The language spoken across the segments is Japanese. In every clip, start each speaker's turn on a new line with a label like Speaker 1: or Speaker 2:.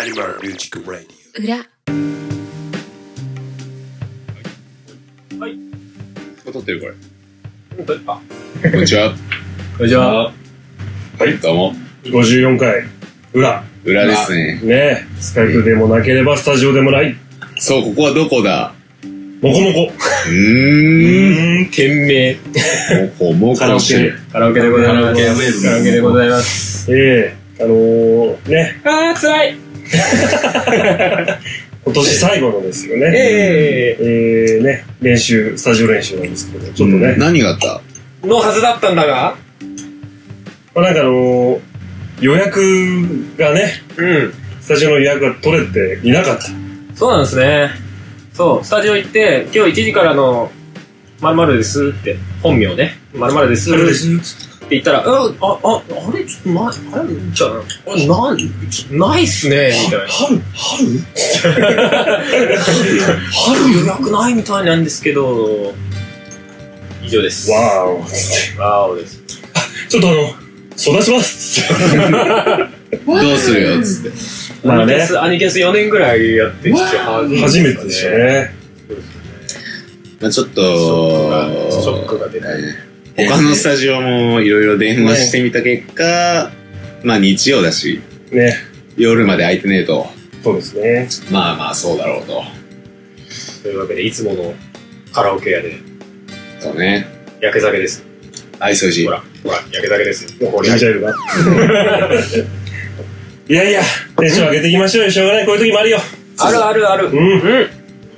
Speaker 1: アニマルミュージックラディ
Speaker 2: 裏
Speaker 3: 撮ってるこれ。
Speaker 4: あ
Speaker 3: こんにちは。
Speaker 4: こんにちは。
Speaker 3: はい、どうも。
Speaker 4: 54回、裏。
Speaker 3: 裏ですね。
Speaker 4: ねえ、スカイプでもなければスタジオでもない、
Speaker 3: そう、ここはどこだ
Speaker 4: モコモコ。
Speaker 3: うーん。
Speaker 4: ん、店名。
Speaker 3: もこもこし。
Speaker 5: カラオケでございます。
Speaker 1: カラオケウェーブ
Speaker 5: カラオケでございます。
Speaker 4: ええあのー、ね、
Speaker 5: あー、辛い
Speaker 4: 今年最後のですよね。
Speaker 5: え
Speaker 4: えー、ね、練習、スタジオ練習なんですけど、ちょっとね。
Speaker 3: 何があった
Speaker 5: ー、のはずだったんだが、
Speaker 4: まあなんかあのー、予約がね、
Speaker 5: うん。
Speaker 4: スタジオの予約が取れていなかった。
Speaker 5: そうなんですね。そう、スタジオ行って、今日1時からの、まるまるですって、本名ね。まるまるですって言ったら、 うん、あ、あ、あれちょっと前、あれじゃあ、なん、ちょないっすね、みたいな。
Speaker 4: 春春
Speaker 5: 春予約ないみたいなんですけど、以上です。
Speaker 4: わーお。ち
Speaker 5: ー。わーおです。
Speaker 4: ょっとあの、育ちます
Speaker 3: どうするよ、つって。
Speaker 4: ま
Speaker 5: ア
Speaker 4: あ
Speaker 5: ニキャ
Speaker 4: ね、
Speaker 5: ス、アニキャス4年ぐらいやってきて、初
Speaker 4: 初めてでした。ね。
Speaker 3: まあちょっと、
Speaker 5: ショックが出ない。
Speaker 3: 他のスタジオもいろいろ電話してみた結果、まあ日曜だし、
Speaker 4: ね、
Speaker 3: 夜まで空いてねえと、
Speaker 4: そうですね。
Speaker 3: まあまあそうだろうと。
Speaker 5: というわけで、いつものカラオケ屋で、
Speaker 3: そうね。
Speaker 5: 焼け酒です。
Speaker 3: 愛想じ
Speaker 5: ほ。ら、ほら、焼け酒です。こ
Speaker 4: ジャイルが。 いやいや、テンション上げていきましょうよ。しょうがない。こういう時もあるよ。
Speaker 5: あるあるある。
Speaker 4: う。
Speaker 5: うんん。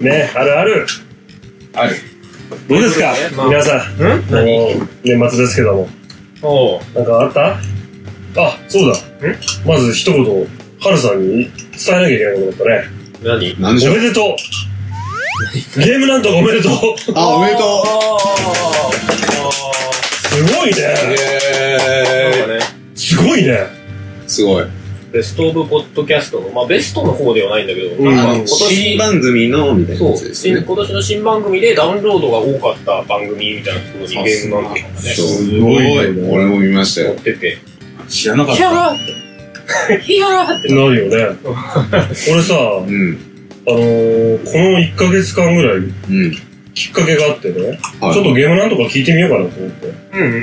Speaker 4: ね、あるある。
Speaker 3: ある。
Speaker 4: どうですか
Speaker 5: そうですねまあ
Speaker 4: 皆さん。
Speaker 5: うん
Speaker 4: あの年末ですけども。
Speaker 5: おう。
Speaker 4: なんかあったあ、そうだ。まず一言、ハルさんに伝えなきゃいけないことだったね。
Speaker 5: 何
Speaker 3: なんでし
Speaker 4: お
Speaker 3: ょ
Speaker 4: め
Speaker 3: う。
Speaker 4: でとう。ゲームなんとかおめでとう。
Speaker 3: あ、おめでと
Speaker 5: お
Speaker 4: すごいね。
Speaker 5: ー
Speaker 3: う。イ
Speaker 5: なんかね、
Speaker 4: すごいね。
Speaker 3: ェーイすごい。
Speaker 5: ベストオブポッドキャストの、まあベストの方ではないんだけど、
Speaker 4: うん
Speaker 5: なんか今
Speaker 3: 新
Speaker 5: 年、
Speaker 3: 番組のみたいな
Speaker 5: そ
Speaker 3: や
Speaker 5: う、
Speaker 3: つですね
Speaker 5: 新。今年の新番組でダウンロードが多かった番組みたいなことにゲームなんとかね、
Speaker 3: そう
Speaker 4: すごい
Speaker 3: 俺も見ました
Speaker 5: 持
Speaker 3: よ
Speaker 5: っ。てて。
Speaker 1: 知らなか
Speaker 5: ヒャラヒャラ
Speaker 4: なるよね。俺さ、あの
Speaker 3: うん。
Speaker 4: ー、この1ヶ月間ぐらい
Speaker 3: うん。
Speaker 4: きっかけがあってね、
Speaker 3: はい
Speaker 4: ちょっとゲームなんとか聞いてみようかなと思って。
Speaker 5: うんう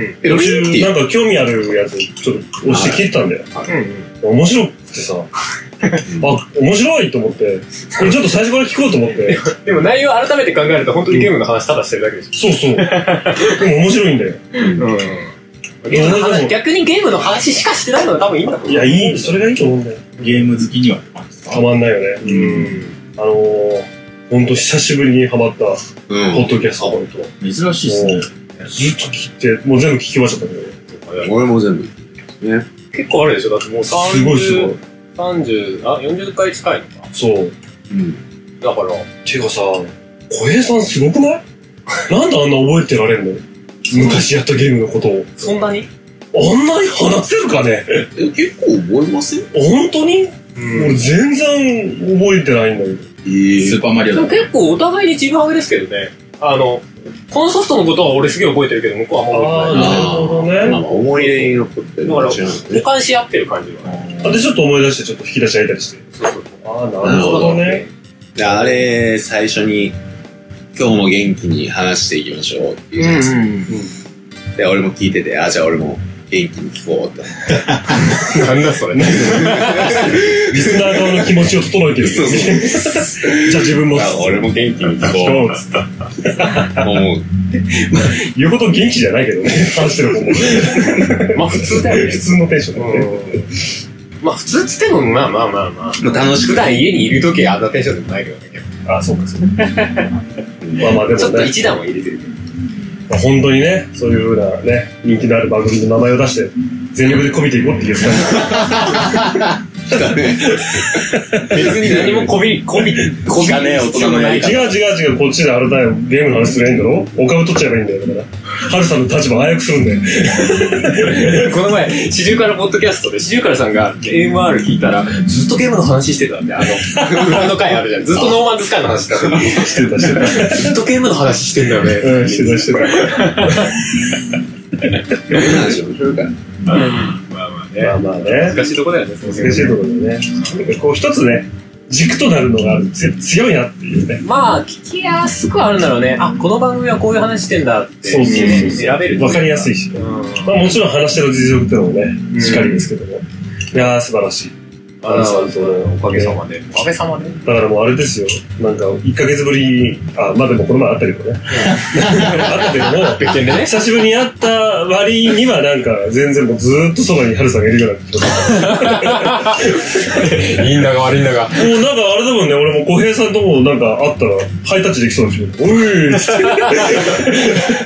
Speaker 5: ん。
Speaker 3: ペロシ
Speaker 4: 途
Speaker 3: ュ
Speaker 4: 中
Speaker 3: っていう
Speaker 4: なんか興味あるやつ、ちょっと押して聞いてたんだよ。
Speaker 5: うんうん。
Speaker 4: 面白くてさ、あ、面白いと思って、これちょっと最初から聞こうと思って、
Speaker 5: でも内容改めて考えると本当にゲームの話ただしてるだけでしょ。
Speaker 4: そうそう。でも面白いんだよ。
Speaker 5: うん。ゲームの話逆にゲームの話しかしてないのが多分いいんだと思う。
Speaker 4: いや、いい、それがいいと思うんだよ。
Speaker 1: ゲーム好きにはって感じですか
Speaker 4: たまんないよね。
Speaker 5: うん。
Speaker 4: あのー、ほんと久しぶりにハマった、ポ
Speaker 3: うん
Speaker 4: ッ。ドキャスト。ほんと。
Speaker 1: 珍しいですね。
Speaker 4: ずっと聞いて、もう全部聞きましたけどね。
Speaker 3: 俺も全部。ね。
Speaker 5: 結構あるでしょだってもう30、
Speaker 4: すごいすごい。
Speaker 5: 30、あ、40回近いのか。
Speaker 4: そう。
Speaker 3: うん。
Speaker 5: だから、
Speaker 4: てかさ、小平さんすごくないなんであんな覚えてられんの昔やったゲームのことを。
Speaker 5: そんなに
Speaker 4: あんなに話せるかね
Speaker 3: え結構覚えません
Speaker 4: 本当に
Speaker 5: う
Speaker 4: 俺
Speaker 5: ん。
Speaker 4: 全然覚えてないんだけど。
Speaker 3: え
Speaker 1: スーパーマリオだ。
Speaker 5: 結構お互いに自分上げですけどね。あの、このソフトのことは俺すげえ覚えてるけど、向こうはもう覚えてない。
Speaker 4: なるほど
Speaker 3: まあ
Speaker 4: ね。
Speaker 3: まあ思い出に残ってる
Speaker 5: だから、
Speaker 3: もちろんね
Speaker 5: 補完し合ってる感じは。
Speaker 4: あで、ちょっと思い出して、ちょっと引き出し開いたりして。
Speaker 5: そうそう。
Speaker 4: ああ、
Speaker 3: なるほど
Speaker 4: ね。
Speaker 3: であれ、最初に、今日も元気に話していきましょうっていうじゃないですか。で、俺も聞いてて、あ、じゃあ俺も元気に聞こうって。
Speaker 5: なんだそれ。
Speaker 4: リスナー側の気持ちを整えてる。
Speaker 3: そうそう
Speaker 4: じゃあ自分も。
Speaker 3: あ俺も元気に聞
Speaker 4: ど
Speaker 3: こ
Speaker 4: うつっ
Speaker 3: うと思う。
Speaker 4: て言うこと元気じゃないけどね。話してる方も。
Speaker 5: まあ普通だよね
Speaker 4: 普。通のテンションだね。
Speaker 5: まあ普通っつっても、まあまあまあまあ。
Speaker 3: まあ楽し
Speaker 5: 普
Speaker 3: くな
Speaker 5: 段
Speaker 3: い
Speaker 5: 家にいる時はあんなテンションでもないけどね。
Speaker 4: あ、そうか、そうか。まあまあ、で
Speaker 5: ち
Speaker 4: も
Speaker 5: ょっと
Speaker 4: ね、
Speaker 5: 一段は入れてるけど。
Speaker 4: 本当にね、そういうふうなね、人気のある番組の名前を出して、全力でこびていこうっていうスタイル
Speaker 5: 別に何 もこび、こび、こび、ね大
Speaker 3: 人のやり方
Speaker 4: 違う違う違う、こっちであれだよ。ゲームの話すりゃいいんだろお金取っちゃえばいいんだよ、だから。ハルさんの立場早くするんだよ。
Speaker 5: この前、シジュウカラポッドキャストで、シジュウカラさんが AMR 聞いたら、ずっとゲームの話してたんで、あ の、裏の回あるじゃん。ずっとノーマンズスカイの話してたのに、
Speaker 4: してた、 してた。
Speaker 5: ずっとゲームの話してんだよ
Speaker 4: う
Speaker 5: ね。
Speaker 4: ん、してた、してた。
Speaker 3: 話をするから。
Speaker 5: まあまあね。ね
Speaker 4: まあ。まあね。
Speaker 5: 難しいとこだよね、その辺
Speaker 4: 難しいところだよね。なんかこう一つね、軸となるのがつ強いなっていうね。
Speaker 5: まあ、聞きやすくはあるんだろうね。あ、この番組はこういう話してんだって、
Speaker 4: そうそうそう
Speaker 5: ね選べる。
Speaker 4: わかりやす
Speaker 5: い。
Speaker 4: いしね。
Speaker 5: うん。
Speaker 4: まあもちろん話の実力ってのも
Speaker 5: ん
Speaker 4: ね、しっかりですけども。いやー素晴らしい。
Speaker 5: あらおかげさまで。おかげさまで。
Speaker 4: だからもうあれですよ。なんか、1ヶ月ぶりに、あ、まあでもこの前あったけどね。あったけども、
Speaker 5: 別件でね。
Speaker 4: 久しぶりに会った割にはなんか、全然もうずーっとそばに春さんがいるような気がす
Speaker 5: いいんだが悪いんだが。
Speaker 4: る。もうなんかあれだもんね、俺も小平さんともなんか会ったら、ハイタッチできそうな気分。おいーっつって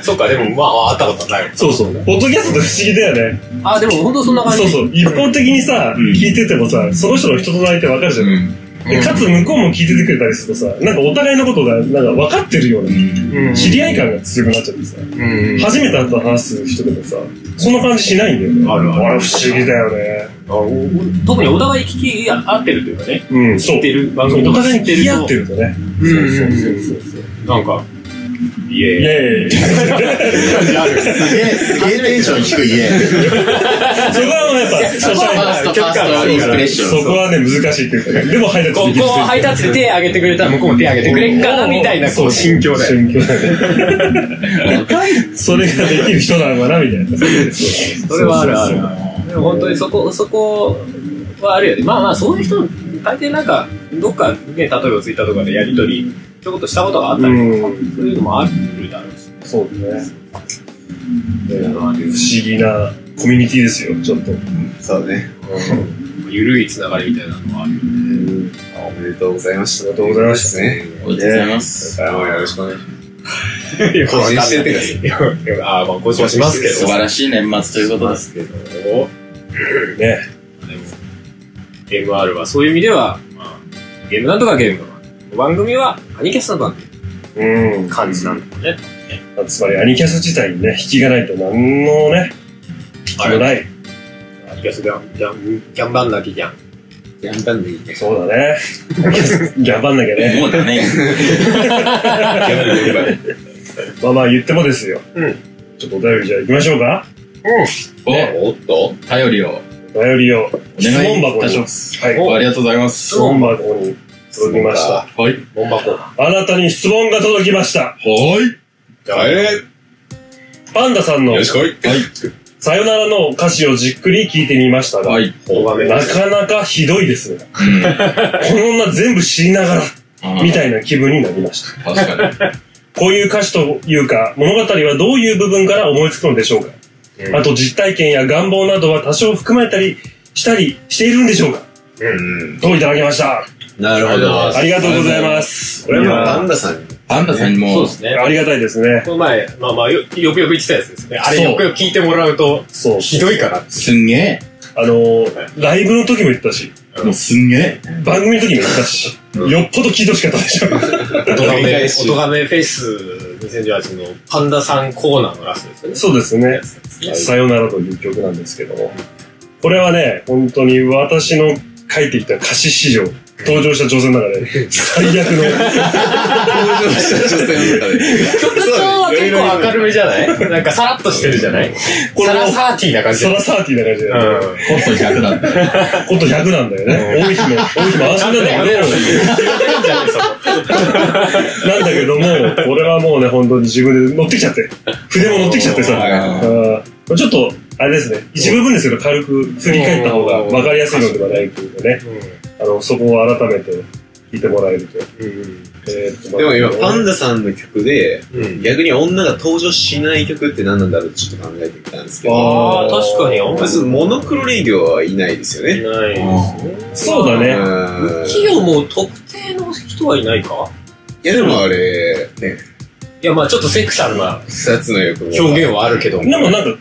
Speaker 3: そっか、でもまあ、あったことはない。
Speaker 4: そうそう。ポッドキャストって不思議だよね。
Speaker 5: あ、でも本当そんな感じ。
Speaker 4: そうそう。一方的にさ、
Speaker 1: うん
Speaker 4: 聞いててもさ、その人の人となりってわかるじゃ
Speaker 3: う
Speaker 4: ない、
Speaker 3: ん。
Speaker 4: で、かつ向こうも聞いててくれたりするとさ、なんかお互いのことが、なんか分かってるような、
Speaker 5: うん
Speaker 4: 知り合い感が強くなっちゃってさ、
Speaker 5: うん。
Speaker 4: 初めて会った話す人でもさ、そんな感じしないんだよね。
Speaker 3: あるある
Speaker 4: あれ不思議だよね。
Speaker 5: あお特にお互い聞き合ってるというかね。
Speaker 4: うん、そう。
Speaker 5: 知ってる番
Speaker 4: そう
Speaker 5: 組
Speaker 4: お
Speaker 5: とか
Speaker 4: 互
Speaker 5: 知
Speaker 4: い
Speaker 5: っ
Speaker 4: に
Speaker 5: て
Speaker 4: 聞
Speaker 5: る
Speaker 4: き
Speaker 5: と。
Speaker 4: 合ってるとね。
Speaker 5: うんうんそうそうそう。なんか、いえ
Speaker 4: イ
Speaker 5: い
Speaker 4: ェー
Speaker 5: え。
Speaker 4: イ。
Speaker 3: すげえ、すげえテンション低い家。
Speaker 4: そこはもうやっぱ、初
Speaker 3: ファー
Speaker 4: 対
Speaker 3: スト、ファースト、インプレッション。
Speaker 4: そこはね、難しいっていうかね。でもハイタッチ
Speaker 5: こ
Speaker 4: で
Speaker 5: う、
Speaker 4: き
Speaker 5: こ
Speaker 4: る
Speaker 5: う、ハイタッチで手挙げてくれたら向こうも手挙げてくれっかな、みたいな、こう、心境だよ。
Speaker 4: 心境 だよね。それができる人なのかなみたいな。
Speaker 5: それはあるあ
Speaker 4: そうそう
Speaker 5: る
Speaker 4: そう。
Speaker 5: でも本当にそこ、そこはあるよね。まあまあ、そういう人、大抵なんか、どっかね、例えばツイッターとかでやりとり、ちょこっとしたことがあったりとか、
Speaker 4: うん
Speaker 5: そういうのもあるだろうし。
Speaker 4: そうですね。
Speaker 5: そういうのはある
Speaker 4: 不思議なコミュニティですよ、ちょっと。
Speaker 3: そうね。
Speaker 5: ゆるいつながりみたいなのはあるよね。
Speaker 3: おめでとうございました。
Speaker 4: ありがとうございました
Speaker 3: ね。
Speaker 1: ありがとうございます。
Speaker 3: これからもよろしくお願いしま
Speaker 5: 個
Speaker 3: 人してって
Speaker 5: ください。ああ、まあ、個人はしますけど。
Speaker 1: 素晴らしい年末ということです。
Speaker 5: けど。でも、
Speaker 4: ね。
Speaker 5: MR はそういう意味では、まあ、ゲームなんとかゲームの番組は、アニキャスの番組って
Speaker 4: うん。
Speaker 5: 感じなんだもんね。
Speaker 4: つまり、アニキャス自体にね、引きがないと何のね、引きもない。
Speaker 5: アニキャスギャン、ギャン、ギャンバンなきギャン。
Speaker 3: す。やんだんでいいね。
Speaker 4: そうだね。 頑張んなきゃね。
Speaker 1: もうだね。
Speaker 4: まあまあ言ってもですよ。
Speaker 5: うん
Speaker 4: ちょっとお便りじゃあ行きましょうか。
Speaker 1: お、
Speaker 3: おっと
Speaker 1: 頼りを
Speaker 4: お便りを。
Speaker 1: お願いいたし
Speaker 4: に。
Speaker 1: ます。
Speaker 4: はい。
Speaker 1: おありがとうございます
Speaker 4: 質。問箱に届きました。
Speaker 1: はい。
Speaker 5: ボンバコ。
Speaker 4: あなたに質問が届きました。
Speaker 1: はい。
Speaker 3: はい。
Speaker 4: パンダさんの
Speaker 3: よしこい。はい。
Speaker 4: さよならの歌詞をじっくり聞いてみましたが、
Speaker 1: はい。
Speaker 5: 動画面
Speaker 4: なかなかひどいですね。
Speaker 1: うん
Speaker 4: この女全部知りながら、みたいな気分になりました。
Speaker 1: 確かに。
Speaker 4: こういう歌詞というか、物語はどういう部分から思いつくのでしょうか、
Speaker 5: うん
Speaker 4: あと実体験や願望などは多少含まれたりしたりしているんでしょうか
Speaker 3: うん。
Speaker 4: といただきました。
Speaker 3: なるほど。
Speaker 4: ありがとうございます。こ
Speaker 3: い
Speaker 4: れ
Speaker 3: や、
Speaker 4: は
Speaker 3: パンダさん。
Speaker 1: パンダさんに
Speaker 5: そう
Speaker 1: も
Speaker 5: で、すね。
Speaker 4: ありがたいですね。
Speaker 5: この前、まあまあ、よよくよく言ってたやつですね。あれ
Speaker 4: そう
Speaker 5: よくよく聞いてもらうと、
Speaker 4: そう。
Speaker 5: ひどいかなって。
Speaker 1: すんげ
Speaker 4: あのー、ライブの時も言ったし、
Speaker 1: え。もうすんげえ。
Speaker 4: 番組の時も言ったし、よっぽど聞いてほしかったでしょ。
Speaker 5: 音
Speaker 3: がめ
Speaker 5: め、音がめフェイス2018のパンダさんコーナーのラストですよ ね。
Speaker 4: そうですね。
Speaker 5: はい
Speaker 4: さよならという曲なんですけども、これはね、本当に私の書いてきた歌詞史上、登場した女性の中で、 最悪の、
Speaker 3: 登場した女性の中で。
Speaker 5: 曲調は結構明るめじゃないなんかさらっとしてるじゃない
Speaker 4: これ
Speaker 5: サ
Speaker 4: も
Speaker 5: ラサーティーな感じ
Speaker 4: サラサーティーな感じで、
Speaker 5: うん。
Speaker 1: コスト100だ った。
Speaker 4: こと100なんだよね。多い日も、多い日も安心なんだけど、なんだけども、これはもうね、本当に自分で乗ってきちゃって、筆も乗ってきちゃってさ、
Speaker 1: は
Speaker 4: うんちょっと、あれですね、一部分ですけど、軽く振り返った方が分かりやすいのではないというかね、あの、そこを改めて聞いてもらえると。えーっと
Speaker 3: でも今、パ
Speaker 4: ま
Speaker 3: ンダさんの曲で、
Speaker 5: うん。
Speaker 3: 逆に女が登場しない曲って何なんだろうってちょっと考えてみたんですけど、
Speaker 5: ああ、確かに、あんま
Speaker 3: ま
Speaker 5: り
Speaker 3: ず、モノクロレイディオはいないですよね。
Speaker 5: ないですね。
Speaker 4: あそうだね。
Speaker 3: うん
Speaker 5: 企業も特定の人はいないか
Speaker 3: いや、でもあれ、ね、
Speaker 5: いや、まあちょっとセクシャルな
Speaker 3: 二つの欲望
Speaker 5: 表現はあるけど
Speaker 4: でもなんか、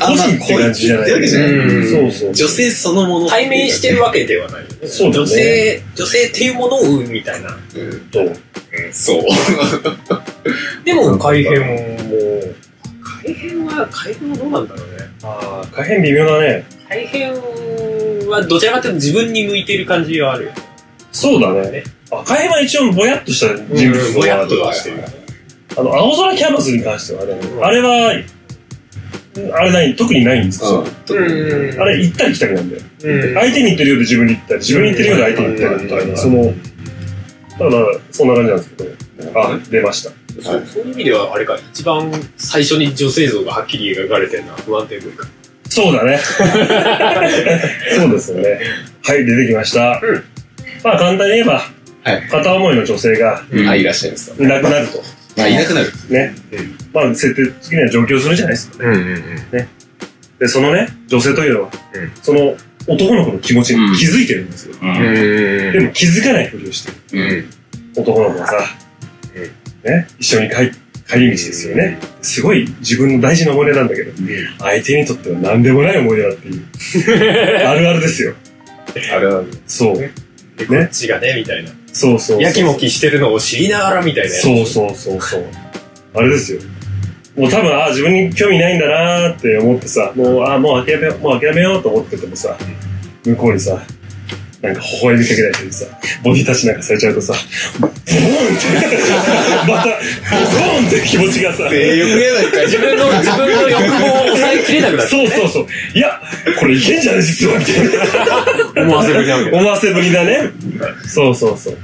Speaker 3: あんま
Speaker 4: 個人って
Speaker 3: こい
Speaker 4: 感じ
Speaker 3: つ
Speaker 4: じゃ
Speaker 3: っ
Speaker 4: ない
Speaker 3: てわけじゃない。
Speaker 5: うん
Speaker 4: そうそう。
Speaker 3: 女性そのもの。
Speaker 5: 対面してるわけではないよね。
Speaker 4: そうだね
Speaker 5: 女性、女性っていうものを生むみたいな。
Speaker 3: うん
Speaker 4: と、
Speaker 3: そう。
Speaker 5: でも、改変も、改変は、改変はどうなんだろうね。
Speaker 4: ああ、大変微妙だね。
Speaker 5: 改変は、どちらかというと自分に向いてる感じはあるよね。
Speaker 4: そうだね。赤変は一応ぼやっとした人物
Speaker 5: ぼやっ
Speaker 4: と
Speaker 5: とはしてる。
Speaker 4: あの、青空キャンバスに関してはね、
Speaker 5: うん
Speaker 4: あれは、あれない、特にないんですよ。
Speaker 5: うん
Speaker 4: あれ、行ったり来たりなんだよ。
Speaker 5: うん
Speaker 4: 相手に行ってるようで自分に行ったり、自分に行ってるようで相手に行ったりとか、その、だから、そんな感じなんですけど、あ、出ました。
Speaker 5: そうそういう意味では、あれか、一番最初に女性像がはっきり描かれてるのは不安定部位か。
Speaker 4: そうだね。 そうですよね。はい、出てきました。
Speaker 5: うん
Speaker 4: まあ、簡単に言えば、
Speaker 3: はい
Speaker 4: 片思いの女性が
Speaker 3: うんはい、いらっしゃいますか。
Speaker 4: いなくなると。
Speaker 3: まあ、いなくなる。
Speaker 4: ね。まあ、設定的には上京するじゃないですか。
Speaker 5: うんうんうん。
Speaker 4: で、そのね、女性というのは、
Speaker 5: うん
Speaker 4: その男の子の気持ちに気づいてるんですよ。
Speaker 1: うん
Speaker 4: でも気づかないふりをしてる。
Speaker 3: うん。
Speaker 4: 男の子がさ、ね、一緒に帰帰り道ですよね。すごい自分の大事な思い出なんだけど、相手にとっては何でもない思い出だっていう。あるあるですよ。
Speaker 3: あれは、
Speaker 4: そう。
Speaker 5: で、こっちがね、みたいな。
Speaker 4: そうそうそう。
Speaker 5: やきもきしてるのを知りながらみたいなやつ。
Speaker 4: そうそうそうそう。あれですよ。もう多分、あ自分に興味ないんだなーって思ってさ、もう、あもう諦めよう、もう諦めようと思っててもさ、向こうにさ、なんか微笑みかけられてさ、ボディタッチなんかされちゃうとさ、ボーンって、また、ボーンって気持ちがさ、
Speaker 3: よく言えないか
Speaker 5: 自分の、自分の欲望を抑えきれなくなる。
Speaker 4: そうそうそう、いや、これいけんじゃない実は、みたいな。
Speaker 5: 思わせぶりなわけだ。
Speaker 4: 思わせぶりだね。そうそうそう。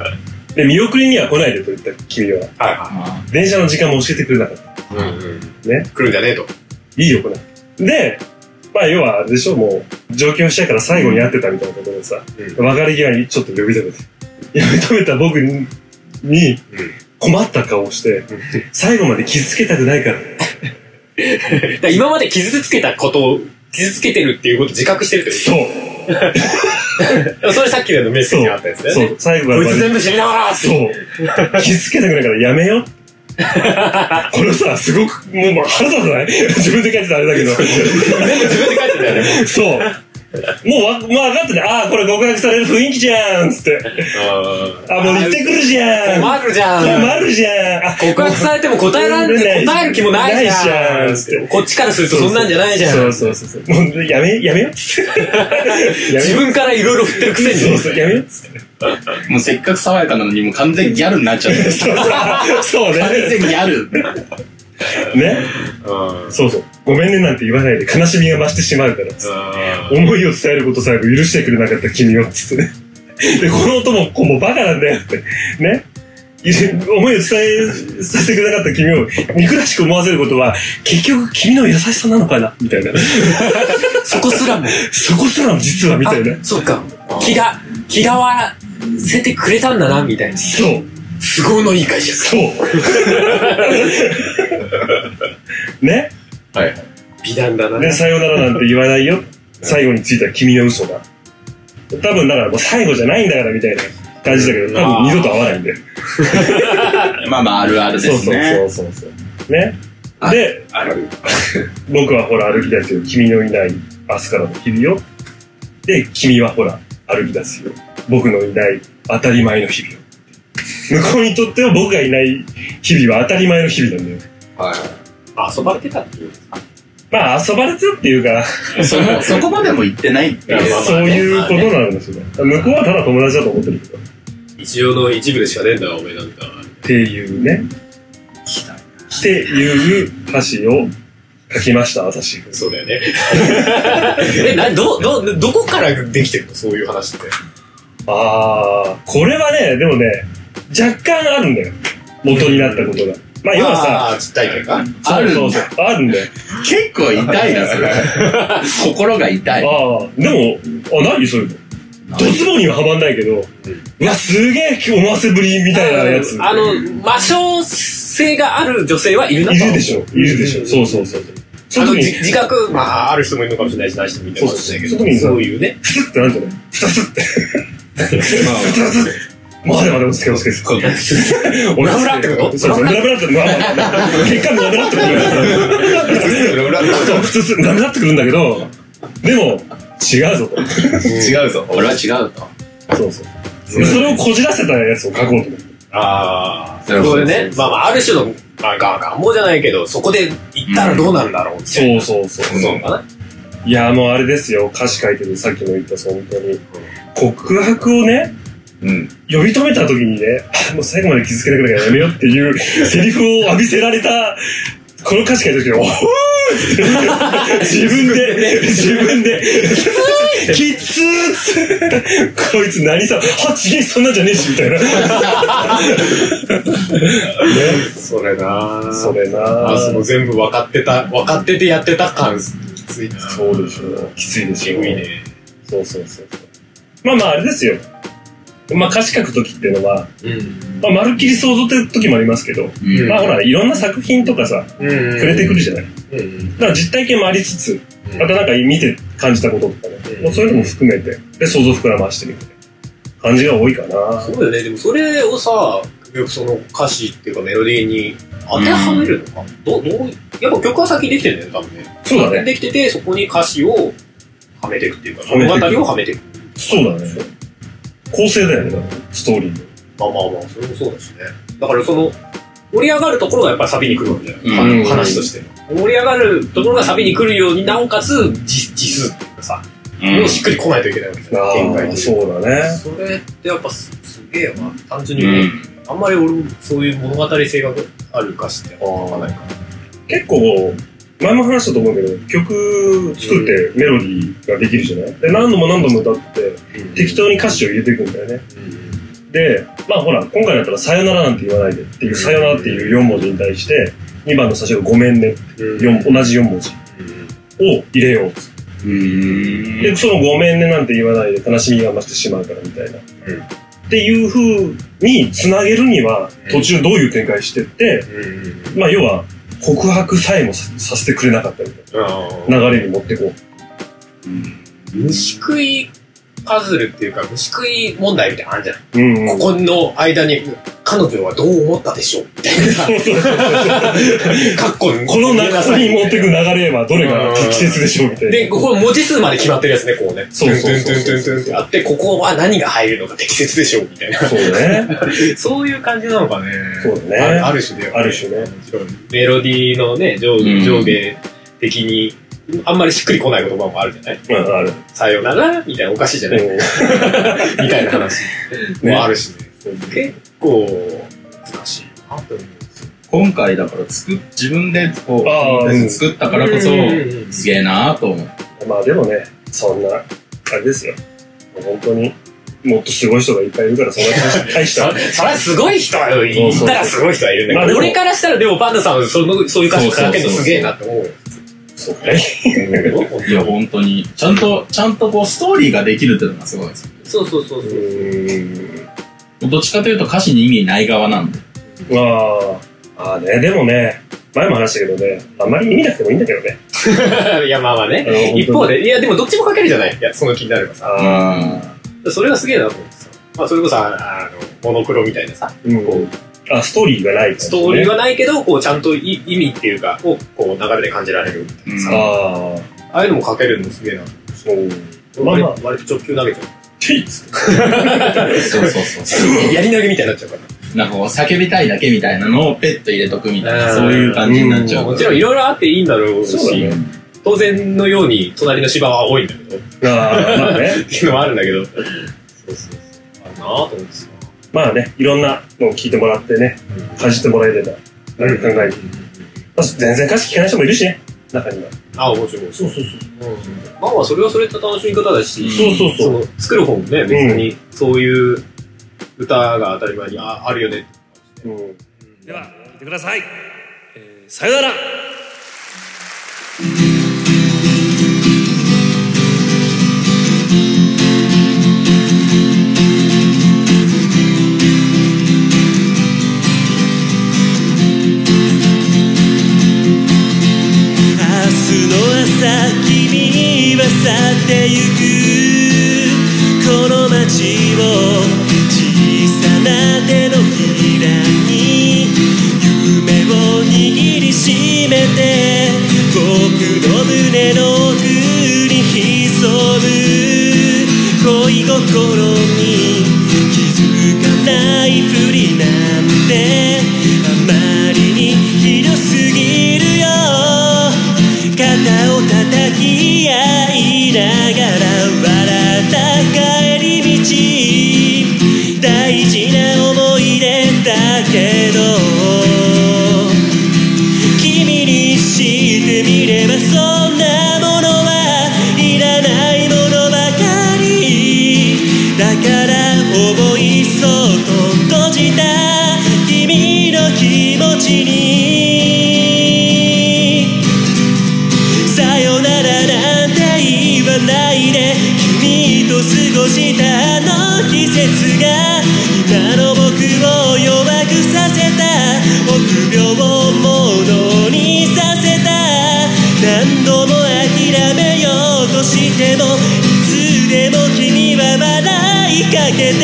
Speaker 4: で、見送りには来ないでと言った君は、
Speaker 5: はいは
Speaker 4: 電車の時間も教えてくれなかった。
Speaker 5: い。うんうん。
Speaker 4: ね。
Speaker 5: 来るんじゃねえと。
Speaker 4: いいよ、これ。で、まあ、要は、あれでしょ、もう、上京したから最後に会ってたみたいなことでさ、
Speaker 5: うん
Speaker 4: 別れ際にちょっと呼び止めて。呼び止めた僕に、に困った顔をして、最後まで傷つけたくないから、
Speaker 5: だから今まで傷つけたことを、傷つけてるっていうことを自覚してるってこ
Speaker 4: そう、
Speaker 5: とでもそれさっきのメッセ
Speaker 4: そ
Speaker 5: ージ
Speaker 4: う
Speaker 5: にあったやつだよ
Speaker 4: そ
Speaker 5: ね。
Speaker 4: う、最後ま
Speaker 5: こ
Speaker 4: で
Speaker 5: いつ全部知りながらって。
Speaker 4: そう、傷つけたくないからやめよ う。これさ、すごく、もうまあ腹立たない自分で書いてたあれだけど。
Speaker 5: 全部自分で書いてたよね。
Speaker 4: そう。もうわ、もう分かってね。ああ、これ告白される雰囲気じゃんつって。あ、もう行ってくるじゃん
Speaker 5: マークじ
Speaker 4: これ
Speaker 5: ゃん。
Speaker 4: もあるじゃん。あ、
Speaker 5: 告白されても答えられて、答える気もないじゃ
Speaker 4: ない
Speaker 5: ん。
Speaker 4: じゃん
Speaker 5: こっちからするとそんなんじゃないじゃん。
Speaker 4: そうそうそうそう。もうやめ、やめよっつって。 やめ
Speaker 5: 自
Speaker 4: よ
Speaker 5: 分からいろいろ振ってるくせに。
Speaker 4: そうそう、やめよっつって。
Speaker 1: もうせっかく爽やかなのに、もう完全ギャルになっちゃってる。
Speaker 4: そうそうそう
Speaker 1: 完
Speaker 4: ね。
Speaker 1: 全ギャル。
Speaker 4: ね。
Speaker 5: うん
Speaker 4: そうそう。ごめんねなんて言わないで悲しみが増してしまうから。思いを伝えることさえも許してくれなかった君を、つってね。で、この男も子もバカなんだよって。ね。い思いを伝えさせてくれなかった君を憎らしく思わせることは結局君の優しさなのかなみたいな。
Speaker 5: そこすらも。
Speaker 4: そこすらも実はみたいな。
Speaker 5: あそっか。気が、気がわせてくれたんだな、みたいな。
Speaker 4: そう。
Speaker 5: 都合のいい会社。
Speaker 4: そう。ね。
Speaker 5: 美談だな。
Speaker 4: ね、さよならなんて言わないよ。最後についた君の嘘が。多分だからもう最後じゃないんだからみたいな感じだけど、多分二度と会わないんだよ。
Speaker 1: まあまあ、あるあるで
Speaker 4: そう
Speaker 1: す
Speaker 4: そう
Speaker 1: ね。
Speaker 4: そうそう。ね。
Speaker 1: あ
Speaker 4: で、
Speaker 1: ある。
Speaker 4: 僕はほら歩き出すよ。君のいない明日からの日々を。で、君はほら歩き出すよ。僕のいない当たり前の日々を。向こうにとっては僕がいない日々は当たり前の日々なんだよ。
Speaker 3: はい。
Speaker 5: 遊ばれてたっていう。
Speaker 4: まあ遊ばれてたっていうか、
Speaker 1: そのそこまでも行ってないっていう。
Speaker 4: そういうことなんですよね。向こうはただ友達だと思ってるけど。っ
Speaker 5: 日常の一部でしかねえんだわ、おめえなんか。
Speaker 4: ていうね。っていう歌詞を書きました、私。
Speaker 5: そうだ よね。え、な、ど、ど、どこからできてるのそういう話って。
Speaker 4: ああ、これはね、でもね、若干あるんだよ。元になったことが。まあ、要はさ、
Speaker 5: あー、実体験か。
Speaker 1: ある
Speaker 4: そうそうそうあるんだよ。
Speaker 1: 結構痛いな、それ。 心が痛い。
Speaker 4: ああ、でも、あ、何それ。ドツボにははまんないけど、うわ、すげえ思わせぶりみたいなやつ。
Speaker 5: あの、魔性性がある女性はいるないとは
Speaker 4: る
Speaker 5: 思う
Speaker 4: でしょ。いるでしょ。そうそうそう。そ
Speaker 5: あ
Speaker 4: の
Speaker 5: の
Speaker 4: 時に
Speaker 5: じ、自覚、まあ、ある人もいるのかもしれないし、ない人もいるのかもしれないけ
Speaker 4: そうそう
Speaker 5: ど、そういうね。
Speaker 4: ふつってなんじゃないふたつって。ふたつって。まだまだ落ち着け落ち着け。俺
Speaker 5: ラブラってこと
Speaker 4: そうそう、ラブラって、まあまあまあ、結果ラブラってことそう、普通す、なくなってくるんだけど、でも、違うぞと。
Speaker 3: 違うぞ。
Speaker 1: 俺は違うと。
Speaker 4: そうそう。でそれをこじらせたやつを書こうと思って。
Speaker 5: ああ、
Speaker 1: なるほ
Speaker 5: それ
Speaker 1: ど
Speaker 5: ね。まあまあ、ある種の、まあ、が願望じゃないけど、そこで行ったらどうなんだろうって。
Speaker 4: そうそうそう。
Speaker 5: そうかな。
Speaker 4: いや、もうあれですよ。歌詞書いてる、さっきも言った、本当に。告白をね、
Speaker 1: うん。
Speaker 4: 呼び止めた時にね、 もう最後ま で気づけなくなるからやめようっていうセリフを浴びせられた、この歌詞書いてる時に、おほ ーっつって自分で、自分で、きつーっつって、こいつ何さ、はちげえそんなんじゃねえし、み たいな。ね、
Speaker 5: それなぁ
Speaker 4: それな
Speaker 5: あその
Speaker 4: ぁ。
Speaker 5: 全部分かってた、分かっててやってた感、きついな
Speaker 4: そうでしょ。きついでし
Speaker 5: え
Speaker 4: ょ。
Speaker 5: ぐいね。
Speaker 4: そうそうそうそう。まあまあ、あれですよ。まあ、歌詞書くときっていうのは、
Speaker 5: うん。
Speaker 4: まあ、まるっきり想像って時もありますけど、
Speaker 1: うん
Speaker 4: まあほら、いろんな作品とかさ、
Speaker 5: うん。
Speaker 4: 触れてくるじゃない。
Speaker 5: うんうん。
Speaker 4: だから実体験もありつつ、あとなんか見て感じたこととかね、
Speaker 5: うん
Speaker 4: もうそういうのも含めて、で、想像膨らましてみたいな感じが多いかな。
Speaker 5: そうだよね。でもそれをさ、その歌詞っていうかメロディーに当てはめるのか、どうどう、やっぱ曲は先にできてるんだよね、多分ね。
Speaker 4: そうだね。
Speaker 5: できてて、そこに歌詞をはめていくっていうか、
Speaker 4: はめ
Speaker 5: 物
Speaker 4: ていく
Speaker 5: 語をはめていく。
Speaker 4: そうだね。構成だよね、だからストーリーの。
Speaker 5: まあまあまあ、それもそうだしね。だからその、盛り上がるところがやっぱりサビに来るわけじゃない、
Speaker 4: うん
Speaker 5: 話として。盛り上がるところがサビに来るように、なおかつ、じ字数っていうかさ、
Speaker 1: うん
Speaker 5: もうしっくり来ないといけないわけじゃない展開
Speaker 4: ああ、
Speaker 5: に。
Speaker 4: そうだね。
Speaker 5: それってやっぱすすげえよな。単純
Speaker 1: う
Speaker 5: に、
Speaker 1: ん
Speaker 5: あんまり俺もそういう物語性がある歌詞ってわかんないから。
Speaker 4: 結構、前も話したと思うけど、曲作ってメロディーができるじゃないで、何度も何度も歌って、適当に歌詞を入れていくんだよね。で、まあほら、今回だったら、さよならなんて言わないでっていう、さよならっていう4文字に対して、2番の最初がごめんねって四同じ4文字を入れようっつって
Speaker 1: うん
Speaker 4: で、そのごめんねなんて言わないで悲しみが増してしまうからみたいな。っていう風に繋げるには、途中どういう展開してって、まあ要は、告白さえもささせてくれなかったみたいな流れに持ってこう。
Speaker 5: 虫食いパズルっていうか、虫食い問題みたいなのあるじゃん。
Speaker 4: うんうん。
Speaker 5: ここの間に、彼女はどう思ったでしょうみたい
Speaker 4: そうそうそう
Speaker 5: な。かっこいい
Speaker 4: この中に持ってく流れはどれが適切でしょうみたいな。
Speaker 5: で、ここ文字数まで決まってるやつね、こうね。
Speaker 4: そうそうそうそう
Speaker 5: トゥントゥントゥントゥンってあって、ここは何が入るのが適切でしょう みたいな。
Speaker 4: そうね。
Speaker 5: そういう感じなのかね。
Speaker 4: そうだね
Speaker 5: あるある種で、
Speaker 4: ある種ね。
Speaker 5: メロディーのね、上
Speaker 1: う
Speaker 5: 下、
Speaker 1: ん
Speaker 5: 上下的に、あんまりしっくりこない言葉もあるじゃない
Speaker 4: うん、ある。
Speaker 5: さよならみたいな、おかしいじゃない
Speaker 4: うん
Speaker 5: みたいな話
Speaker 4: ね
Speaker 5: もあるしね。結構、難しいなと思うんですよ。
Speaker 1: 今回だから作っ自分でこ
Speaker 4: あーうん
Speaker 1: う作ったからこそすげえなーと思う
Speaker 4: まあでもね、そんな、あれですよ。本当に、もっとすごい人がいっぱいいるから、そんな大し大し
Speaker 5: そ
Speaker 4: た。
Speaker 5: そりゃすごい人は言ったらすごい人はいるん
Speaker 4: ま
Speaker 5: だ
Speaker 4: あ
Speaker 5: け
Speaker 4: で
Speaker 5: ど、
Speaker 4: も
Speaker 5: 俺からしたらでもパンダさんはそのそういう歌詞を書けるのすげえなって思うよ。
Speaker 4: そうね。
Speaker 1: いや本当にちゃんとちゃんとこうストーリーができるっていうのがすごいです
Speaker 5: そうそうそうそうう。
Speaker 4: ーん。
Speaker 1: どっちかというと歌詞に意味ない側なんで
Speaker 4: まあ、あーね、でもね、前も話したけどね、あんまり意味なくてもいいんだけどね。
Speaker 5: いや、まあまあね
Speaker 4: あの本。当に
Speaker 5: 一方で、いや、でもどっちも書けるじゃない。いや、その気になればさ。
Speaker 1: あ
Speaker 5: それがすげえなと思ってさ。まあ、それこそ、ああの、モノクロみたいなさ、
Speaker 4: うん。あ、ストーリーがない、
Speaker 5: ストーリー
Speaker 4: が。
Speaker 5: はないけど、こう、ちゃんとい意味っていうか、を、こう、流れで感じられる。
Speaker 1: ーうん
Speaker 4: ああ、
Speaker 5: ああいうのも書けるのすげえな。
Speaker 4: そう。まあ
Speaker 5: 割
Speaker 4: まあ
Speaker 5: と、割と直球投げちゃ
Speaker 4: ピッツ
Speaker 1: そうそうそうそう
Speaker 5: う。やり投げみたいになっちゃうから。
Speaker 1: なんかこう叫びたいだけみたいなのをペット入れとくみたいな
Speaker 5: うん
Speaker 1: そういう感じになっちゃう
Speaker 5: もちろん、いろいろあっていいんだろう
Speaker 4: そうだ
Speaker 5: し
Speaker 4: ね、
Speaker 5: 当然のように、隣の芝は多いんだけど、っ
Speaker 4: あーまあね。
Speaker 5: ていうのもあるんだけど。そうそうそう。あるなぁと思ってさ。
Speaker 4: まあね、いろんなのを聞いてもらってね、かじってもらえれば、なんか考えて。まあ全然歌詞聞かない人もいるしね、中には。
Speaker 5: ああ、面白い。そうそうそう。まあまあ、それはそれって楽しみ方だし、
Speaker 4: そうそうそう
Speaker 5: の作る方もね、別に、そういう歌が当たり前にああるよね。
Speaker 4: うんでは、聞いてください。えーさよなら
Speaker 6: 明日の朝君は去ってゆくこの街を小さな手のひらに夢を握りしめて僕の胸の奥に潜む恋心に気づかないふりなんてあまりにひどすぎるよ肩を叩き合いながら笑った帰り道大事な思い出だけど君にしてみれ
Speaker 7: 季節が今の僕を弱くさせた臆病をものにさせた何度も諦めようとしてもいつでも君は笑いかけて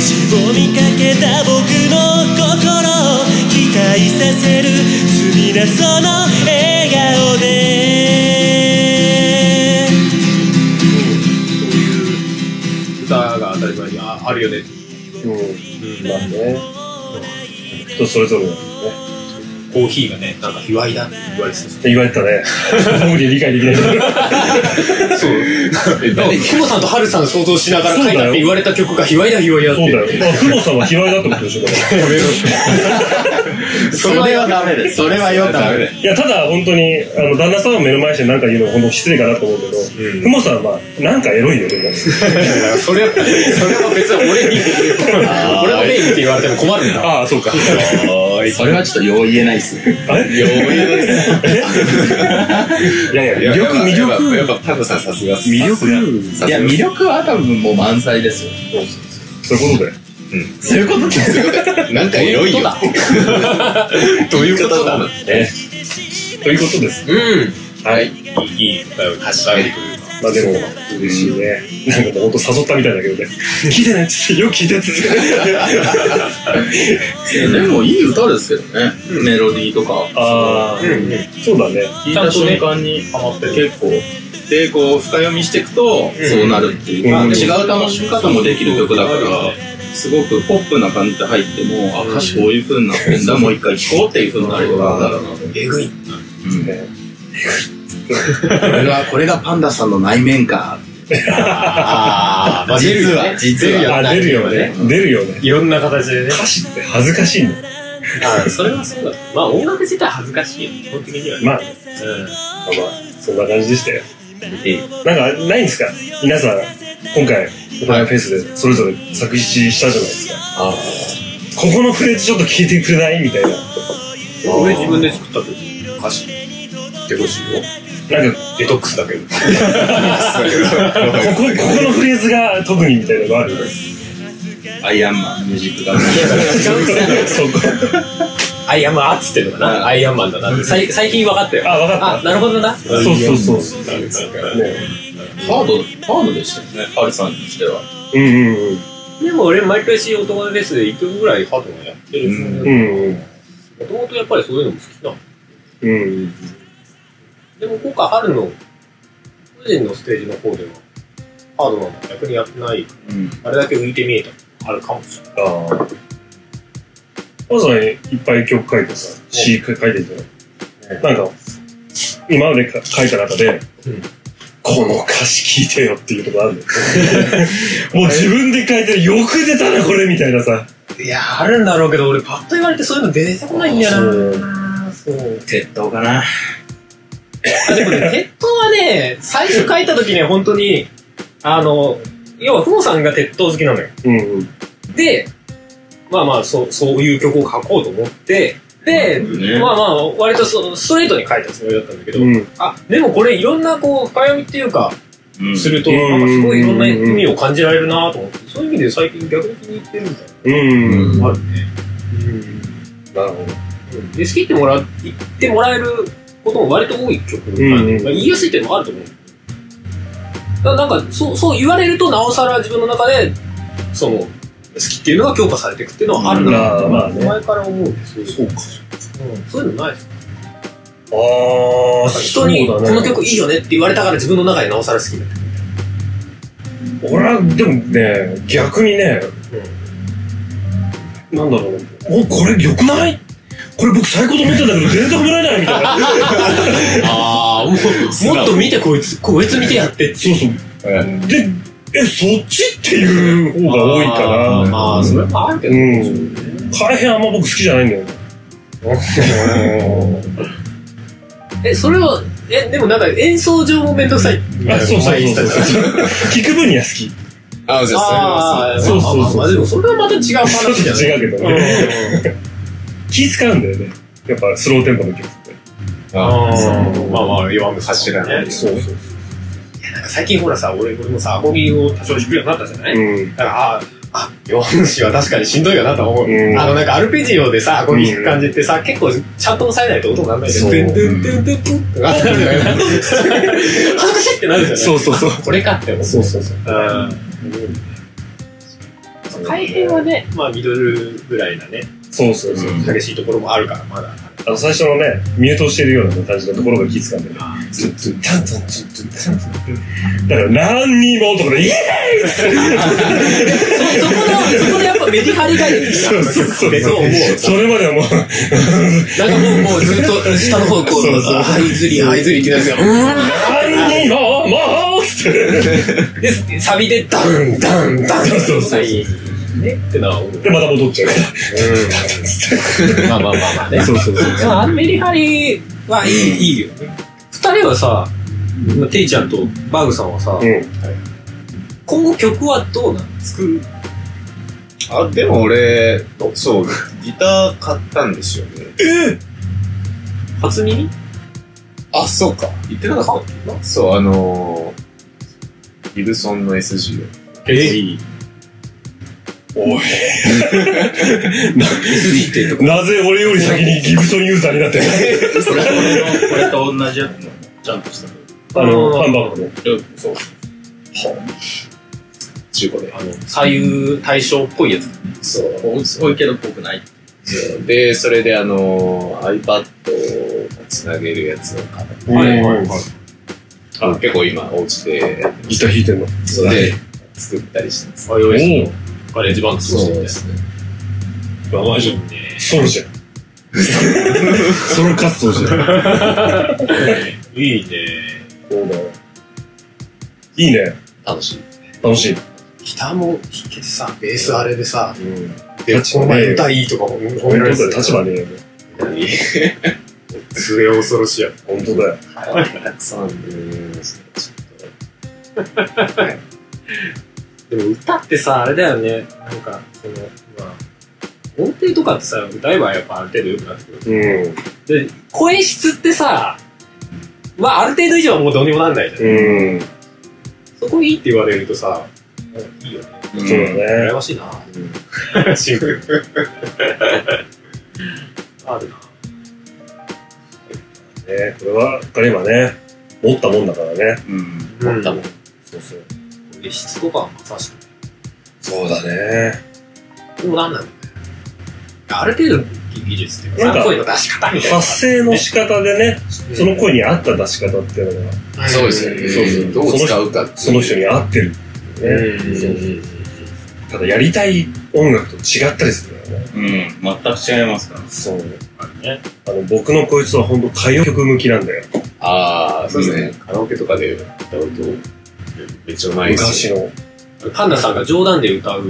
Speaker 7: 死を見かけた僕の心を期待させる罪なその笑顔で
Speaker 5: そういう歌が当たり前にああるよね
Speaker 4: うん。まあね。人それぞれだもんね。
Speaker 5: コーヒーがねなんか卑猥だって言われてた
Speaker 4: って言 われたね。僕に理解できない。
Speaker 5: そう
Speaker 3: え誰
Speaker 5: 久保さんと春さん想像しながら書いたって言われた曲が卑猥だ卑猥だっ
Speaker 4: そう
Speaker 5: て
Speaker 4: だよ。まあ、久保さんは卑猥だってことでしょ、だから
Speaker 5: やめろ
Speaker 3: それはダメです。それはよダメです。
Speaker 4: いや、ただ、本当に、あの、旦那さんを目の前にして何か言うのは本当失礼かなと思うけど、久保さんは、なんかエロいよね。
Speaker 5: それはそれは別に俺に俺のメインって言われても困るんだ
Speaker 4: ああ、そうか。
Speaker 1: それはちょっとよう言えないっすね。
Speaker 3: ようやです。
Speaker 4: いやいや、
Speaker 3: やっぱ
Speaker 4: 魅力、魅
Speaker 3: やっ
Speaker 4: 力。
Speaker 3: ぱ、タコさんさすがっす。
Speaker 4: 魅力
Speaker 3: さすが
Speaker 1: いや、魅力は多分もう満載ですよ。
Speaker 4: そういうことで。
Speaker 1: そういうことですよ。
Speaker 3: なんかエロいよ。どういうことだ
Speaker 4: ということです。
Speaker 3: はい。
Speaker 5: いい歌を
Speaker 3: 確かに。
Speaker 4: まあでも、嬉しいね。なんかもう本当誘ったみたいだけどね。聞いてないっつって、よく聞いたっつって。
Speaker 1: でもいい歌ですけどね。メロディーとか。
Speaker 4: ああ、そうだね。
Speaker 1: 聞いた瞬間に結構。で、こう、深読みしていくと、そうなるっていう。
Speaker 4: うん
Speaker 1: まあ違う楽しみ方もできる曲だから、すごくポップな感じで入っても、あ、歌詞こういう風になってんだ、もう一回聴こうっていう風になるようになるなと。
Speaker 5: えぐい
Speaker 1: これが、これがパンダさんの内面か。
Speaker 5: ああ
Speaker 1: 実は、実は。
Speaker 4: あ、出るよね。出るよね。
Speaker 5: いろんな形でね
Speaker 4: 歌詞って恥ずかしいんだよ。
Speaker 5: あそれはそうだ
Speaker 8: まあ音楽自体恥ずかしいよね、基本的にはね。
Speaker 4: まあ、まあまあ、そんな感じでしたよ。なんか、ないんですか皆さん、今回、オパイフェイスでそれぞれ作詞したじゃないですか。ここのフレーズちょっと聞いてくれないみたいな。
Speaker 5: 俺自分で作った曲歌詞デトックスよ
Speaker 4: なんか、
Speaker 5: デトックスだけど
Speaker 4: ここ、ここのフレーズが特にみたいなのがある。
Speaker 1: アイアンマンミュージック が。
Speaker 4: そこ。
Speaker 5: アイアンマンっつってんのかなアイアンマンだなって
Speaker 8: さい最近分かったよ。
Speaker 4: あ、わか
Speaker 8: あ
Speaker 4: っ、
Speaker 8: なるほどな。
Speaker 4: た。そうそうそうそう。ね
Speaker 1: ハード、ハードでしたよね、ハルさんにしては。
Speaker 4: うんうん
Speaker 8: でも俺毎年男のレースで1曲ぐらい
Speaker 5: ハートがやって
Speaker 1: う
Speaker 5: る
Speaker 1: ん
Speaker 4: うん。うん
Speaker 5: もともとやっぱりそういうのも好きなの
Speaker 4: うん。うん。
Speaker 5: でも今回春の個人のステージの方ではハードは逆にやってない
Speaker 1: うん
Speaker 5: あれだけ浮いて見えたのあるかもしれない
Speaker 4: ああ。まずはいっぱい曲書いてさ、詩書いてるじゃない。なんか、今までか書いた中で、
Speaker 5: うん
Speaker 4: この歌詞聞いてよっていうとこあ るんだよ。もう自分で書いてる、よく出たな、これみたいなさ。
Speaker 5: いやあるんだろうけど俺パッと言われてそういうの出てこないんだよなそう
Speaker 1: 鉄塔かな。
Speaker 5: あでもね鉄塔はね最初書いた時ね本当にあの要はふもさんが鉄塔好きなのよ
Speaker 4: うんうん。
Speaker 5: でまあまあそうそういう曲を書こうと思ってで、
Speaker 1: ね
Speaker 5: まあまあ割とそストレートに書いたつもりだったんだけど、
Speaker 4: うん。
Speaker 5: あでもこれいろんなこう深読みっていうか
Speaker 1: うん
Speaker 5: すると、
Speaker 4: うん
Speaker 5: なんかすごいいろんな意味を感じられるなと思って、そういう意味で最近逆に気に入ってるみたい
Speaker 4: うん。な
Speaker 5: なの
Speaker 4: る
Speaker 5: があるね。
Speaker 4: ほど。
Speaker 5: うんで、好きってもらう、言ってもらえることも割と多い曲なんで、
Speaker 4: うん
Speaker 5: まあ、言いやすいっていうのもあると思う。だなんか、そう、そう言われると、なおさら自分の中で、その、好きっていうのが強化されていくっていうのはあるな、
Speaker 4: まあまあね。
Speaker 5: 前から思うそうそうか、うん。そういうのないですか
Speaker 4: ああ、
Speaker 5: 人に、
Speaker 4: そ
Speaker 5: こ
Speaker 4: うだね
Speaker 5: の曲いいよねって言われたから自分の中でなおさら好きだ。
Speaker 4: 俺はでもね逆にね、なんだろうねおこれ良くないこれ僕最高と思ってたんだけど全然褒められないみたい な
Speaker 5: ああ、もう、もっと見てこいつ、こいつ見てやってって。
Speaker 4: そうそうでえそっちっていう方が多いかな
Speaker 5: ああ、それもあるけ
Speaker 4: う
Speaker 5: ど。
Speaker 4: ん改変あんま僕好きじゃないんだよね
Speaker 5: え、それを、え、でもなんか演奏上もめんどくさい。
Speaker 4: あそうそう
Speaker 5: 前言
Speaker 4: そ
Speaker 5: っ
Speaker 4: う
Speaker 5: てたじ
Speaker 4: そ
Speaker 5: ゃん
Speaker 4: う 聞く分には好き
Speaker 3: あ、じゃあ、
Speaker 5: ああ、
Speaker 4: そ
Speaker 5: そうう
Speaker 4: そ
Speaker 5: そうう
Speaker 4: そう
Speaker 5: まあでもそれはまた違う
Speaker 4: ちょっ
Speaker 5: 話じゃ
Speaker 4: と
Speaker 5: ない。
Speaker 4: 違うけどね気使うんだよねやっぱスローテンポの曲って
Speaker 3: それは。
Speaker 5: まあまあ、弱め走らない。
Speaker 4: そうそう
Speaker 5: なんか最近ほらさ、俺俺もさ、アコギを多少弾くようになったじゃない
Speaker 4: うん
Speaker 5: だから、あ
Speaker 2: あ、
Speaker 5: あ、
Speaker 2: 4子は確かにしんどいよなと思う。
Speaker 4: うん
Speaker 2: あの、なんかアルペジオでさ、こう弾く感じってさ、結構ちゃんと押さえないと音がなんないで、
Speaker 4: そう
Speaker 2: ドゥンドゥンドゥンドゥンドゥンとかなるじゃない恥ずかしいってなるじゃない
Speaker 3: そうそうそう。
Speaker 2: これかって思う。
Speaker 4: そうそうそう。
Speaker 2: うん。改変はね、まあミドルぐらいなね、
Speaker 4: そうそうそう。
Speaker 2: 激しいところもあるから、まだ。
Speaker 4: あの、最初のね、ミュートしてるような感じのところが気づかんでる。ツンツンタンツンツンツンツンツンツンだから、何にもとかで、イエ
Speaker 5: そこで、そこでやっぱメリハリが出てきた。
Speaker 4: ーイそうそう
Speaker 2: で、そう思う。
Speaker 4: そう。それまではもう、
Speaker 5: なんかもう、もうずっと下の方こう、はいずり、はいずりいきなりですよ。
Speaker 4: 何にももうつって。
Speaker 5: で、サビでダン、ダン、ダン。
Speaker 4: そうそう。
Speaker 2: いねってのは思う。
Speaker 4: で、また戻っちゃう。
Speaker 2: まあまあまあまあね。
Speaker 4: そうそうそう。
Speaker 5: でもあのメリハリはいい、いいよね。二人はさ、まあていちゃんとバーグさんはさ、
Speaker 4: うん。
Speaker 5: 今後曲はどうなの作る
Speaker 3: あ、でも俺、そう、ギター買ったんですよね。
Speaker 5: 初耳
Speaker 3: あ、そうか。言ってなかったっけそう、あのー、ギブソンの SG を。
Speaker 2: え
Speaker 4: おい。なぜ俺より先にギブソンユーザーになってん
Speaker 1: これとこれと同じやつのちゃんとした
Speaker 4: のあの、ハンバーグの。
Speaker 1: そう
Speaker 3: 中古で。
Speaker 2: あの、左右対称っぽいやつ。
Speaker 3: そう。
Speaker 1: すごいけどっぽくない
Speaker 3: で、それであのー、iPad をつなげるやつを買って、
Speaker 4: はいはいはい。
Speaker 3: あ結構今、お家で、
Speaker 4: ギター弾いてんの。
Speaker 3: そうで、作ったりしてます。
Speaker 2: あ、よ
Speaker 4: い
Speaker 2: い
Speaker 4: し
Speaker 2: しょ。ガレージバンドそうですね。
Speaker 4: やばいじゃん。ソロじゃん。ソロ活動じゃん。
Speaker 2: いいね。
Speaker 4: そうだよ。いいね。
Speaker 3: 楽しい。
Speaker 4: 楽しい。
Speaker 2: ギターも弾けてさ、ベースあれでさ、
Speaker 4: うん。
Speaker 2: で、
Speaker 4: 立
Speaker 2: こ
Speaker 4: 場
Speaker 2: の
Speaker 4: ねえ
Speaker 2: 前
Speaker 4: よ
Speaker 2: 歌いいとかも褒
Speaker 4: 本
Speaker 2: めら
Speaker 4: 当だ
Speaker 2: れて
Speaker 4: よ、
Speaker 2: た
Speaker 4: 立場ねえよ。
Speaker 2: 末恐ろしいや。
Speaker 4: 本当だよ。
Speaker 3: たくさんうんちょっ
Speaker 2: でも
Speaker 5: 歌ってさ、あれだよね。なんか、その、まあ、音程とかってさ、歌えばやっぱある程度良くなってくる。
Speaker 4: うん。
Speaker 5: で、声質ってさ、まあある程度以上はも
Speaker 2: もうどうにもなんないじゃん。
Speaker 4: うん。
Speaker 2: そこいいって言われるとさ、いいよね。
Speaker 4: そうだ
Speaker 2: 羨
Speaker 4: ね。
Speaker 2: ましい な。シンプル。あるな。
Speaker 4: ねこれは、彼はね、持ったもんだからね。
Speaker 1: うん
Speaker 2: う
Speaker 3: と。多分。
Speaker 4: そうそう。
Speaker 2: で、質とかはまさし
Speaker 4: そうだね。
Speaker 2: く。でもなんなんだろうね。ある程度技術っていう
Speaker 4: なん
Speaker 2: か
Speaker 4: か
Speaker 2: さ、声の出し方みたいな。
Speaker 4: 発声の仕方でね、その声に合った出し方っていうのが、
Speaker 3: そうですよね。
Speaker 4: そうそう
Speaker 3: どう使うかっていう
Speaker 4: その人に合ってるっていうね。そうそうただやりたい音楽と違ったりするからね。
Speaker 1: うん全く違いますから
Speaker 4: そうね。あの、僕のこいつは本当歌謡曲向きなんだよ。
Speaker 3: ああ、そうですね、カラオケとかで歌うと、めっちゃうまいです
Speaker 4: 昔
Speaker 3: よ。
Speaker 4: の。
Speaker 2: パンダさんが冗談で歌う。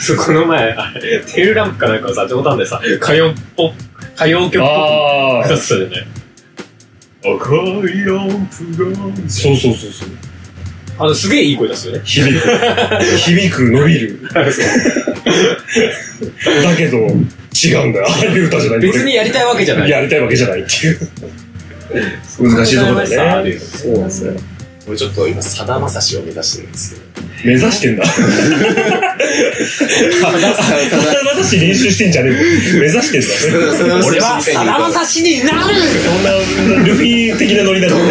Speaker 2: そうこの前、あれテールランプかなんかをさ、冗談でさ、歌謡っぽ、歌謡曲っぽ
Speaker 4: あ
Speaker 2: く
Speaker 4: あ
Speaker 2: 歌。ってたじゃない
Speaker 4: 赤いランプが。そうそうそうそう。
Speaker 2: あの、すげえいい声出すよね。
Speaker 4: 響 く。響く、伸び る。だけど、違うんだよ。ああいう歌じゃない。
Speaker 5: 別にやりたいわけじゃない。
Speaker 4: やりたいわけじゃないっていう。難しいところだね。そうなんですよ。
Speaker 3: 俺ちょっと今、さだまさしを目指してるんですけ ど。
Speaker 4: 目指してんだ。ただ私練習してんじゃねえもん目指してんだ。
Speaker 5: 俺はさだまさしになる
Speaker 4: そんな、ルフィ的なノリだとね。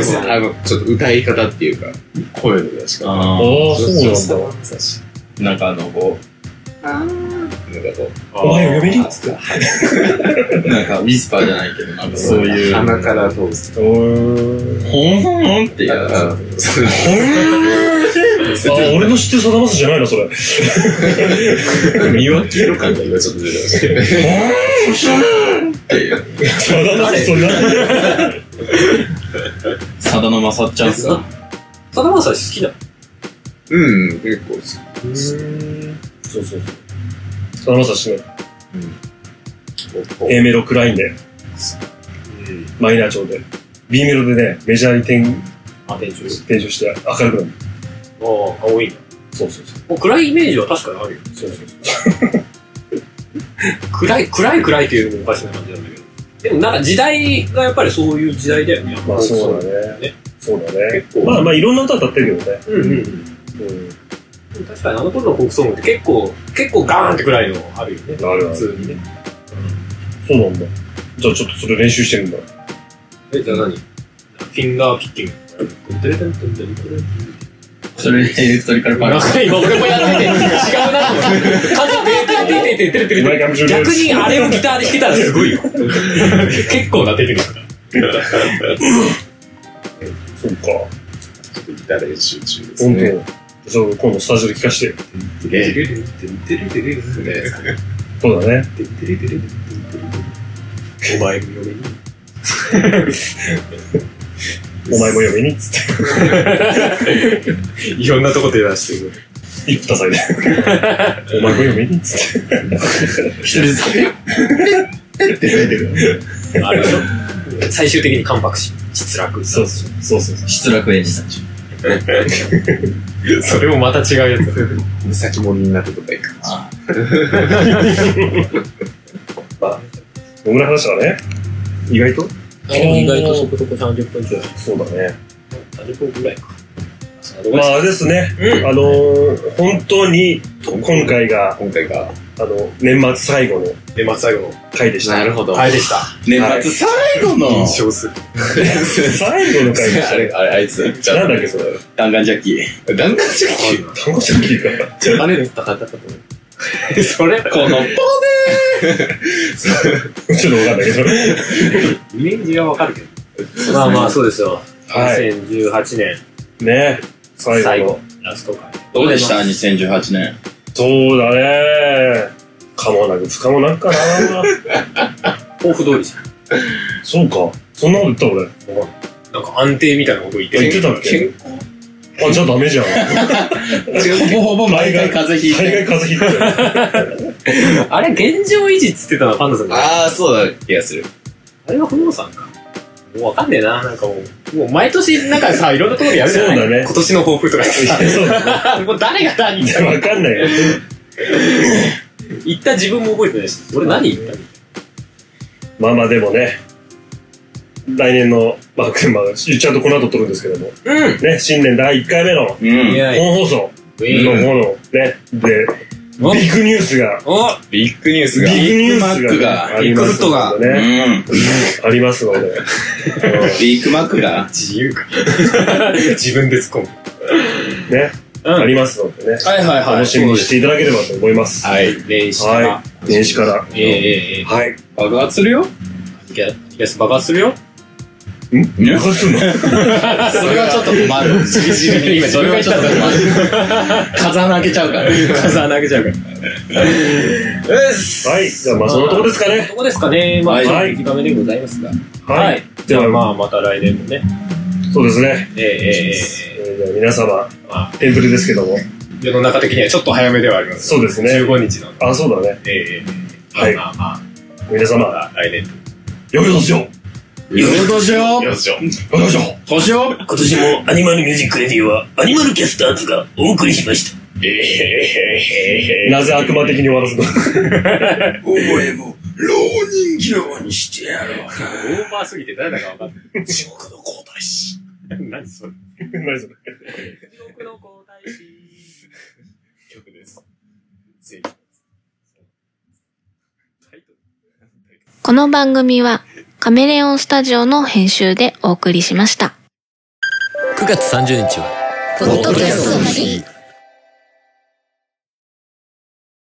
Speaker 3: そうそう あの、ちょっと歌い方っていうか、声の出し方。
Speaker 1: あ
Speaker 4: ああ、そうなん
Speaker 3: さ
Speaker 4: だ
Speaker 3: だ。まさし。
Speaker 1: ーなんかあのこ
Speaker 3: なんかこ
Speaker 4: お前を呼びに
Speaker 3: う、つか
Speaker 1: うなんかウィスパーじゃないけどなんかそういう
Speaker 3: 鼻から通す。
Speaker 4: おー
Speaker 1: ホンホンホンって
Speaker 3: い
Speaker 1: いう
Speaker 3: や、
Speaker 1: や
Speaker 3: あ
Speaker 1: つ
Speaker 3: のそう
Speaker 4: あ、俺の知ってるさだまさしじゃないのそれ。
Speaker 3: 見分ける感が今ちょっと出てましたけど。
Speaker 4: さだまさしそんな。
Speaker 1: さだのまさっちゃんさ
Speaker 5: さだまさし好きだ。
Speaker 3: うん、結構好き。
Speaker 4: そうそうそう。さだまさしね、
Speaker 3: こう
Speaker 4: A メロ暗いんで、マイナー調で。B メロでね、メジャーに転
Speaker 2: あ、店長。
Speaker 4: 転調して明るくなる。
Speaker 2: ああ、青いね。
Speaker 4: そうそうそう。
Speaker 5: もう暗いイメージは確かにあるよ。
Speaker 4: そうそうそう
Speaker 5: 暗い、暗い暗いというのもおかしな感じなんだけど。でもなんか時代がやっぱりそういう時代だよね。
Speaker 4: まあそうだね
Speaker 5: ね。
Speaker 4: そうだね。
Speaker 5: 結構
Speaker 4: まあまあいろんな歌歌ってるけどね。
Speaker 5: うんうん。
Speaker 4: うん。
Speaker 5: 確かにあの頃の国葬って結構、結構ガーンってくらいのあるよね。
Speaker 4: あるある
Speaker 5: 普通にね。
Speaker 4: そうなんだ。じゃあちょっとそれ練習してみんだ。
Speaker 5: え、じゃあ何フィンガーピッキング。
Speaker 3: それエレクトリカルパ
Speaker 5: なん
Speaker 3: ーク。
Speaker 5: か今俺もやってて、違うなと思って。感じで、ててててててててて。逆にあれをギターで弾けたらすごいよ。結構なテクニックだ。
Speaker 4: そうか。
Speaker 3: ギター練習中です
Speaker 4: 本当。
Speaker 3: ね。
Speaker 4: じゃあ今度スタジオで聞かしてよ。
Speaker 3: ええ
Speaker 4: そうだね。
Speaker 5: お前組嫁に。
Speaker 4: お前も嫁にっつっ
Speaker 5: いろんなとこ手出してくる。
Speaker 4: て。言った際 で。お前も嫁にっつって。
Speaker 3: 一人ずつ。ペッペッペッって出てくる。
Speaker 5: あれでしょ 最終的に関白し、失楽。
Speaker 4: そうそう。そうそうそう。
Speaker 6: 失楽園児たち。
Speaker 5: それもまた違うやつ。
Speaker 3: 目先もみんなととか行く。
Speaker 4: 野村話はね、意外と
Speaker 9: 意外とそこそこ30分くらい。
Speaker 4: そうだね。
Speaker 5: 30分ぐらいか。
Speaker 4: まああれですね、あのー本当に今回が、
Speaker 3: 今回が。
Speaker 4: あの、年末最後の
Speaker 5: で、松最後の。
Speaker 4: 回でした。
Speaker 3: るほど
Speaker 5: はい、でした。
Speaker 3: 年末最後 の。
Speaker 5: 印象する。
Speaker 4: 最後の回で し
Speaker 3: あれ、あれ、あいつ。
Speaker 4: た。なんだっけ、それ。
Speaker 3: 弾丸ジャッキー。弾丸ジャッキー
Speaker 4: 単語じゃ聞いた。
Speaker 3: じゃあ、ネった方かと思う。
Speaker 5: それ、
Speaker 3: この、ポーネ
Speaker 4: ちょっとわかんないけど。
Speaker 5: イメージはわかるけど。
Speaker 9: まあまあ、そうですよ。
Speaker 4: はい。
Speaker 9: 2018年
Speaker 4: ね最後の。
Speaker 9: 最後、ラスト回。
Speaker 6: どうでした ?2018 年。
Speaker 4: そうだねかもなく不可もなくかな
Speaker 9: 抱負通りじゃん。
Speaker 4: そうか。そんなこと言った俺。
Speaker 5: なんか安定みたいなこと言って
Speaker 4: 言ってたっけあ、じゃあダメじゃん。
Speaker 6: ほぼほぼ毎回風邪ひい
Speaker 4: 大
Speaker 6: て。
Speaker 4: 概風邪ひいてる。
Speaker 9: あれ、現状維持っつってたのはパンダさんだよ
Speaker 3: ああ、そうだ気がする。
Speaker 5: あれは不動産か。もうわかんねえな。なんかもう、もう毎年なんかさ、いろんなところでやるじゃない
Speaker 4: そうだね
Speaker 5: 今年の抱負とかさ。
Speaker 4: そうだね。
Speaker 5: もう誰が何言っ
Speaker 4: わかんないよ。
Speaker 5: 言った自分も覚えてないし。俺何言った
Speaker 4: まあまあでもね、来年の、まあ、まあ、言っちゃうとこの後撮るんですけども、
Speaker 5: うん。
Speaker 4: ね、新年第1回目の
Speaker 6: うん。
Speaker 5: や
Speaker 4: 本放送の方のね、で、
Speaker 9: お
Speaker 4: ビッグニュースが、
Speaker 9: お
Speaker 3: ビッグニュース
Speaker 4: ビ
Speaker 3: が。
Speaker 4: ッグニ
Speaker 6: ビッ
Speaker 4: ュース
Speaker 6: グマックが
Speaker 4: が、ありますので
Speaker 6: う
Speaker 4: ね、
Speaker 6: ん。
Speaker 4: ありますので、
Speaker 6: ビッグマックが。
Speaker 5: 自由か。自分で突っ込む。
Speaker 4: ね、ありますのでね、
Speaker 9: はいはいはい。
Speaker 4: 楽しみにしていただければと思います。は
Speaker 3: はい。
Speaker 5: 練習から。
Speaker 4: い、年始から。
Speaker 5: えええええ
Speaker 4: はい。
Speaker 3: 爆発するよ
Speaker 5: え。いや、いや、爆発するよ。
Speaker 4: 流すの
Speaker 6: それはちょっと困る。
Speaker 5: じりじりに今
Speaker 6: それはちょっと困る。風穴開けちゃうから。
Speaker 5: 風投げちゃうから。
Speaker 4: はい、じゃあまあそのとこですかね。
Speaker 9: どこですかね。まあ、
Speaker 6: はい
Speaker 9: ちょっと短めでございますが。
Speaker 4: は
Speaker 9: はい
Speaker 4: い。。
Speaker 9: じ
Speaker 4: で
Speaker 9: ゃあ
Speaker 4: は
Speaker 9: ま
Speaker 4: ま
Speaker 9: あ、また来年もね。
Speaker 4: あ、そうですね。
Speaker 5: えええええ
Speaker 4: えーじゃあ皆様
Speaker 5: あ、
Speaker 4: テンプルですけども、
Speaker 5: え世の中的にはちょっと早めではあります。
Speaker 4: そうですね
Speaker 5: 15日の。
Speaker 4: あ、そうだね。
Speaker 5: ええええええ
Speaker 4: はい
Speaker 5: まあまあ
Speaker 4: 皆
Speaker 5: ま
Speaker 4: 様、
Speaker 5: あ、来年。
Speaker 4: 良いお年を
Speaker 6: よろしよ
Speaker 3: よいしょ。
Speaker 4: 良いお年を
Speaker 6: 年を
Speaker 10: 今年もアニマルミュージックレディはアニマルキャスターズがお送りしました。
Speaker 3: ええ
Speaker 4: なぜ悪魔的に終わらすの
Speaker 6: お前も、老人気のにしてやろう。
Speaker 5: オーバーすぎて誰だか分かんない。
Speaker 6: 地獄の皇太子。
Speaker 5: 何それ。
Speaker 4: 何それ
Speaker 3: 曲です。
Speaker 11: この番組はカメレオンスタジオの編集でお送りしました。
Speaker 10: 9月30日は、
Speaker 11: ポッドキャストの日